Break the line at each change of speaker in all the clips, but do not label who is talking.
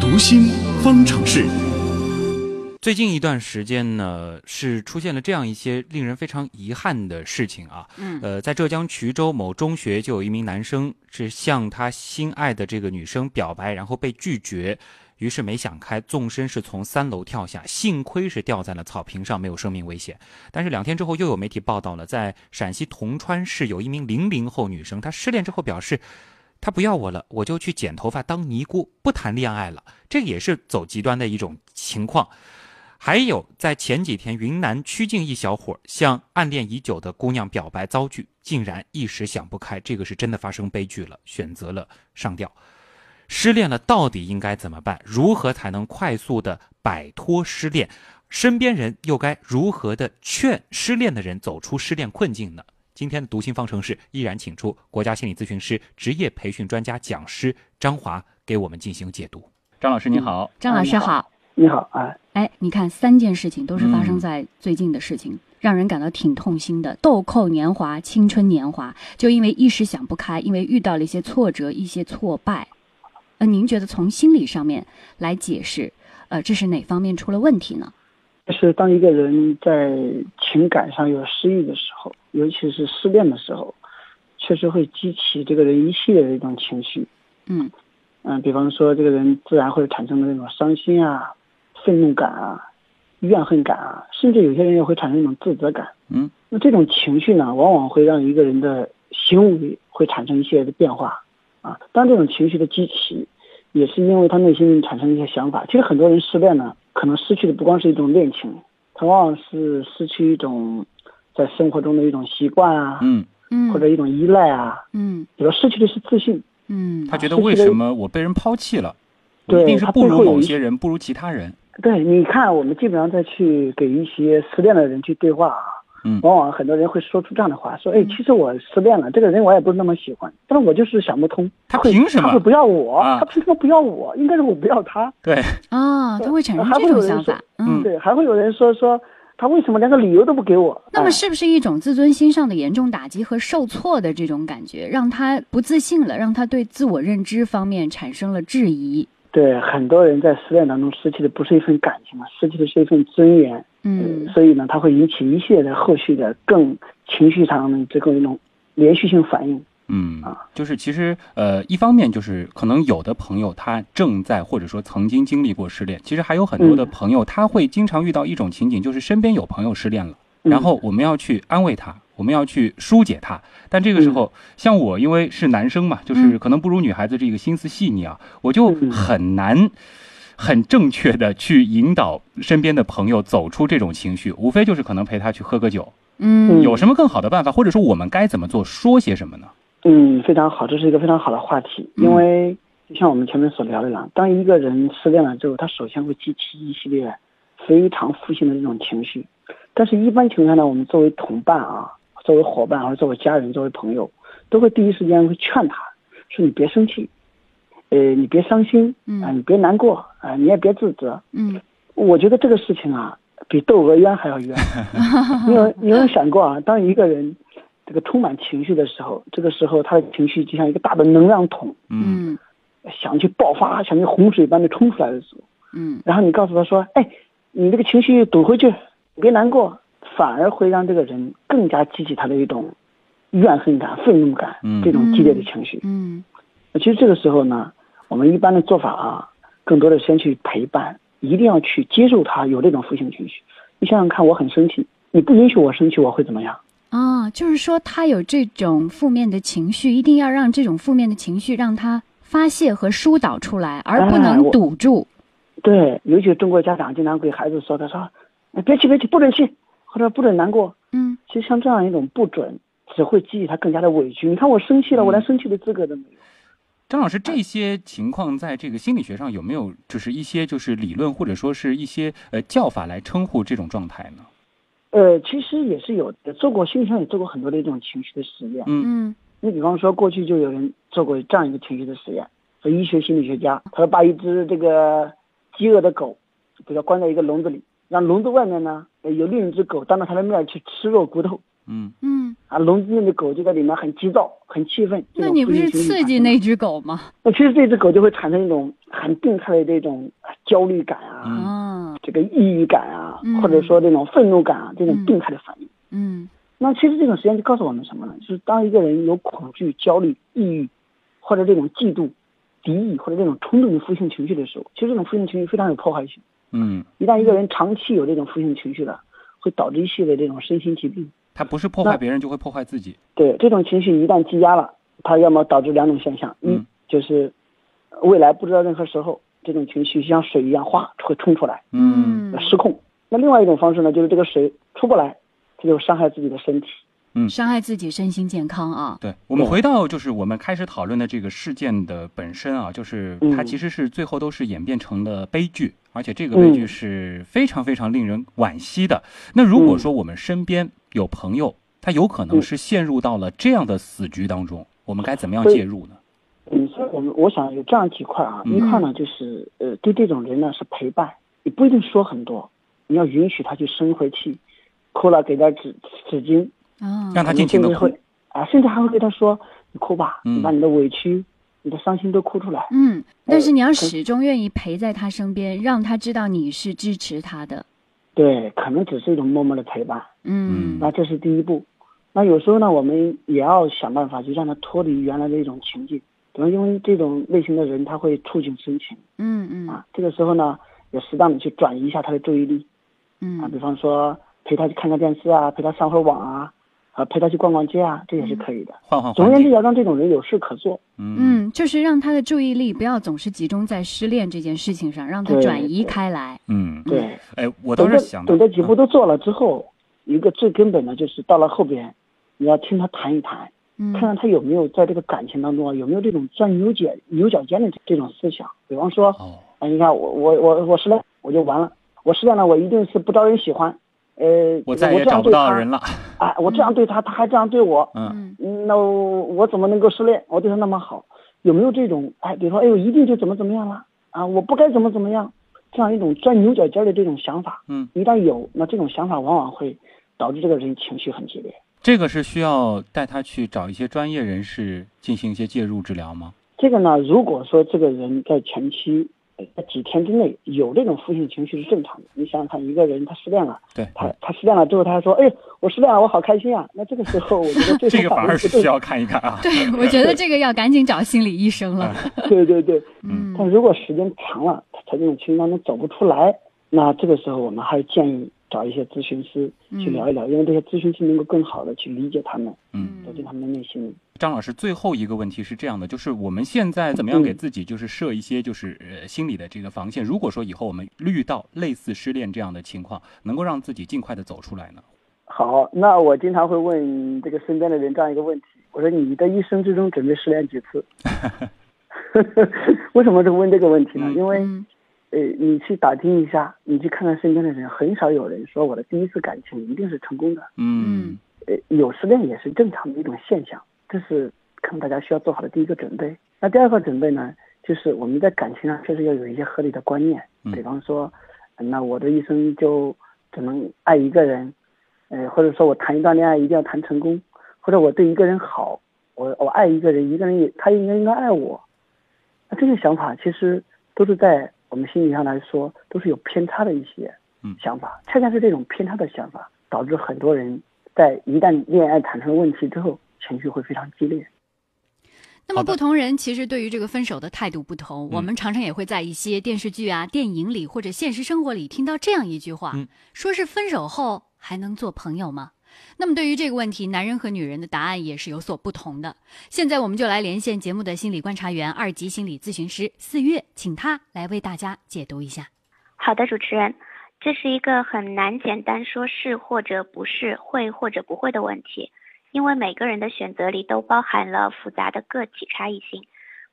读心方程式。
最近一段时间呢，是出现了这样一些令人非常遗憾的事情啊。
嗯
呃，在浙江衢州某中学就有一名男生是向他心爱的这个女生表白，然后被拒绝，于是没想开，纵身是从三楼跳下，幸亏是掉在了草坪上，没有生命危险。但是两天之后，又有媒体报道了，在陕西铜川市有一名零零后女生，她失恋之后表示。她不要我了，我就去剪头发当尼姑，不谈恋爱了。这也是走极端的一种情况。还有，在前几天，云南曲靖一小伙向暗恋已久的姑娘表白遭拒，竟然一时想不开，这个是真的发生悲剧了，选择了上吊。失恋了，到底应该怎么办？如何才能快速的摆脱失恋？身边人又该如何的劝失恋的人走出失恋困境呢？今天的读心方程式依然请出国家心理咨询师、职业培训专家讲师张华给我们进行解读。张老师
嗯
您好，
张老师好，
你好，哎，
哎，你看三件事情都是发
嗯
生在最近的事情，让人感到挺痛心的。豆蔻年华，青春年华，就因为一时想不开，因为遇到了一些挫折、一些挫败，呃，您觉得从心理上面来解释，呃，这是哪方面出了问题呢？
就是当一个人在情感上有失意的时候，尤其是失恋的时候，确实会激起这个人一系列的一种情绪。
嗯
嗯、比方说这个人自然会产生的那种伤心啊、愤怒感啊、怨恨感啊，甚至有些人也会产生一种自责感。
嗯，
那这种情绪呢，往往会让一个人的行为会产生一系列的变化啊。当这种情绪的激起，也是因为他内心产生一些想法。其实很多人失恋呢，可能失去的不光是一种恋情，他往往是失去一种在生活中的一种习惯啊，
嗯，
嗯
或者一种依赖啊，
嗯
比如失去的是自信，
嗯
他觉得
是
为
这个
什么我被人抛弃了？我
对
一定是
他
不
背
如
后有
某
一
些人，不如其他人。
对，你看，我们基本上在去给一些失恋的人去对话啊，
嗯
往往很多人会说出这样的话，
嗯
说，哎，其实我失恋了，这个人我也不是那么喜欢，但是我就是想不通，
他
会
凭什么
他会不要我？
啊
他凭什么不要我？应该是我不要他。
对，
啊，他会产生
还会
这
有
种
人
想
说
法，嗯。
对，还会有人说说他为什么连个理由都不给我？
那
哎
么是不是一种自尊心上的严重打击和受挫的这种感觉，让他不自信了，让他对自我认知方面产生了质疑？
对很多人在失恋当中失去的不是一份感情了，失去的是一份尊严。呃
嗯
所以呢，它会引起一系列的后续的更情绪上的这种一种连续性反应。
嗯，
啊
就是其实呃，一方面就是可能有的朋友他正在或者说曾经经历过失恋，其实还有很多的
嗯
朋友他会经常遇到一种情景，就是身边有朋友失恋了，
嗯
然后我们要去安慰他，我们要去疏解他，但这个时
嗯
候像我因为是男生嘛，就是
嗯
可能不如女孩子这个心思细腻啊，我就
嗯
很难。很正确的去引导身边的朋友走出这种情绪，无非就是可能陪他去喝个酒，
嗯
有什么更好的办法，或者说我们该怎么做，说些什么呢？
嗯，非常好，这是一个非常好的话题，
嗯
因为就像我们前面所聊的一样，当一个人失恋了之后，他首先会激起一系列非常负性的这种情绪，但是一般情况下呢，我们作为同伴啊，作为伙伴，或者作为家人、作为朋友，都会第一时间会劝他说：“你别生气，呃，你别伤心，
嗯
啊、你别难过，啊、你也别自责。
嗯”
我觉得这个事情啊，比窦娥冤还要冤。你有你有没有想过啊？当一个人这个充满情绪的时候，这个时候他的情绪就像一个大的能量桶，
嗯
想去爆发，想去洪水般的冲出来的时候，
嗯
然后你告诉他说：“哎，你这个情绪堵回去，别难过。”反而会让这个人更加激起他的一种怨恨感、愤怒感
嗯
这种激烈的情绪。
嗯
那其实这个时候呢，我们一般的做法啊，更多的先去陪伴，一定要去接受他有这种负性情绪。你想想看，我很生气，你不允许我生气，我会怎么样？
啊，就是说他有这种负面的情绪，一定要让这种负面的情绪让他发泄和疏导出来，而不
哎
能
我
堵住。
对，尤其中国家长经常给孩子说的说，哎别气别气，不准气，或者不准难过。
嗯
其实像这样一种不准，只会激起他更加的委屈。你看我生气了，我连生气的资格都没有。
张老师，这些情况在这个心理学上有没有就是一些就是理论或者说是一些呃叫法来称呼这种状态呢？
呃，其实也是有的，做过心理上也做过很多的这种情绪的实验。
嗯
你比方说，过去就有人做过这样一个情绪的实验，说医学心理学家，他说把一只这个饥饿的狗，比如关在一个笼子里，让笼子外面呢呃有另一只狗当着它的面去吃肉骨头
嗯
嗯
啊，笼子内的狗就在里面很急躁、很气愤。这
那
种
你不
负
是
面情绪
刺
产
激
生
那只狗吗？
那其实这只狗就会产生一种很病态的这种焦虑感啊，
嗯
啊，
这个抑郁感啊，
嗯
或者说这种愤怒感啊，这种
嗯
病态的反应。
嗯
那其实这种实验就告诉我们什么呢？就是当一个人有恐惧、焦虑、抑郁，或者这种嫉妒、敌意，或者这种冲动的负性情绪的时候，其实这种负性情绪非常有破坏性。
嗯，
一旦一个人长期有这种负性情绪了，会导致一系列这种身心疾病。
他不是破坏
那
别人，就会破坏自己。
对，这种情绪一旦积压了，它要么导致两种现象，一、
嗯
就是未来不知道任何时候这种情绪像水一样哗会冲出来，
嗯
嗯
失控；嗯那另外一种方式呢，就是这个水出不来，这就伤害自己的身体。
伤害自己身心健康啊。
对，我们
对
回到就是我们开始讨论的这个事件的本身啊，就是它
嗯
其实是最后都是演变成了悲剧，而且这个悲剧
嗯
是非常非常令人惋惜的。那如果
嗯
说我们身边有朋友，他有可能
嗯
是陷入到了这样的死局当中，我们该怎么样
所以
介入呢？
嗯，所以我们我想有这样几块啊，
嗯
一块呢就是呃，对这种人呢是陪伴，你不一定说很多，你要允许他去生回气，哭了给点纸纸巾，
啊，
让他尽情
甚
的
至
哭
嗯会。啊，甚至还会跟他说：“你哭吧，
嗯
你把你的委屈、你的伤心都哭出来。”
嗯，但是你要
可
始终愿意陪在他身边，让他知道你是支持他的。
对，可能只是一种默默的陪伴，
嗯
那这是第一步。那有时候呢，我们也要想办法去让他脱离原来的一种情境，可能因为这种类型的人他会触景生情
嗯嗯
啊。这个时候呢，也适当的去转移一下他的注意力啊，比
嗯
方说陪他去看看电视啊，陪他上会儿网啊，啊陪他去逛逛街啊，这也是
嗯
可以的。
换换
总而
环
言之，
境，
要让这种人有事可做。
嗯
嗯，就是让他的注意力不要总是集中在失恋这件事情上，让他
对
转移
对
开来。
嗯，
对，
哎，我倒
等
是
这
想到嗯
等这几步都做了之后，一个最根本的就是到了后边，你要听他谈一谈。
嗯
看看他有没有在这个感情当中啊，有没有这种钻牛角牛角尖的这种思想。比方说，
哦，
哎，你看我我我我失恋我就完了，我失恋了我一定是不招人喜欢，呃，
我再
我
也
这样
找不
对
到
他
人了。
哎，我这样对他，他还这样对我，
嗯
嗯
嗯那我我怎么能够失恋？我对他那么好，有没有这种哎，比如说哎呦一定就怎么怎么样了啊，我不该怎么怎么样，这样一种钻牛角尖的这种想法，
嗯，
一旦有，那这种想法往往会导致这个人情绪很激烈。
这个是需要带他去找一些专业人士进行一些介入治疗吗？
这个呢，如果说这个人在前期呃在几天之内有这种负性情绪是正常的，你想想看，一个人他失恋了，
对，
他他失恋了之后，他还说，哎，我失恋了，我好开心啊。那这个时候，我觉得 对
这个
方
反而
不
是
对
需，要看一看啊。
对，我觉得这个要赶紧找心理医生了。
对对对。
哎嗯
但如果时间长了，他从这种情绪当中走不出来，那这个时候我们还是建议找一些咨询师去聊一聊，因为这些咨询师能够更好的去理解他们，
嗯，
走进他们的内心。
张老师，最后一个问题是这样的，就是我们现在怎么样
嗯
给自己就是设一些就是呃心理的这个防线？如果说以后我们遇到类似失恋这样的情况，能够让自己尽快的走出来呢？
好，那我经常会问这个身边的人这样一个问题，我说你的一生之中准备失恋几次？ 为什么就问这个问题呢？
嗯
因为
嗯
呃，你去打听一下，你去看看身边的人，很少有人说我的第一次感情一定是成功的。
嗯
呃，有失恋也是正常的一种现象，这是可能大家需要做好的第一个准备。那第二个准备呢，就是我们在感情上确实要有一些合理的观念，
嗯
比方说，呃那我的一生就只能爱一个人，呃，或者说我谈一段恋爱一定要谈成功，或者我对一个人好，我我爱一个人，一个人也他应该应该爱我，那这些想法其实都是在我们心理上来说都是有偏差的一些
嗯
想法，恰恰是这种偏差的想法导致很多人在一旦恋爱产生问题之后，情绪会非常激烈。
那
好
么
的嗯
不同人其实对于这个分手的态度不同，我们常常也会在一些电视剧啊、电影里或者现实生活里听到这样一句话，
嗯
说是分手后还能做朋友吗？那么对于这个问题，男人和女人的答案也是有所不同的。现在我们就来连线节目的心理观察员、二级心理咨询师四月，请他来为大家解读一下。
好的，主持人，这是一个很难简单说是或者不是、会或者不会的问题，因为每个人的选择里都包含了复杂的个体差异性。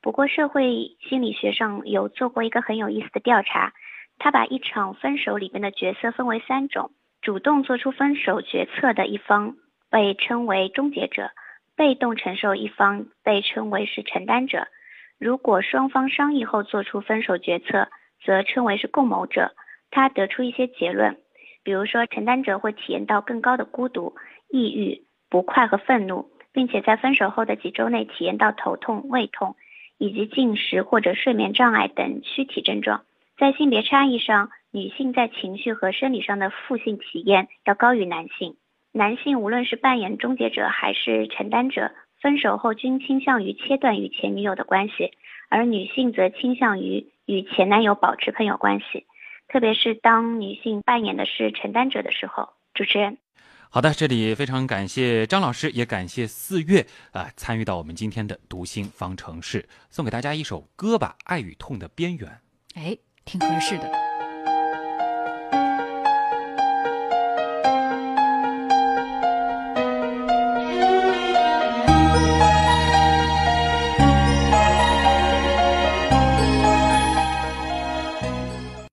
不过，社会心理学上有做过一个很有意思的调查，他把一场分手里面的角色分为三种：主动做出分手决策的一方被称为终结者，被动承受一方被称为是承担者。如果双方商议后做出分手决策，则称为是共谋者。他得出一些结论，比如说承担者会体验到更高的孤独、抑郁、不快和愤怒，并且在分手后的几周内体验到头痛、胃痛，以及进食或者睡眠障碍等躯体症状。在性别差异上，女性在情绪和生理上的负性体验要高于男性。男性无论是扮演终结者还是承担者，分手后均倾向于切断与前女友的关系，而女性则倾向于与前男友保持朋友关系，特别是当女性扮演的是承担者的时候。主持人，
好的，这里非常感谢张老师，也感谢四月啊、呃参与到我们今天的读心方程式，送给大家一首歌吧，《爱与痛的边缘》。
哎，挺合适的。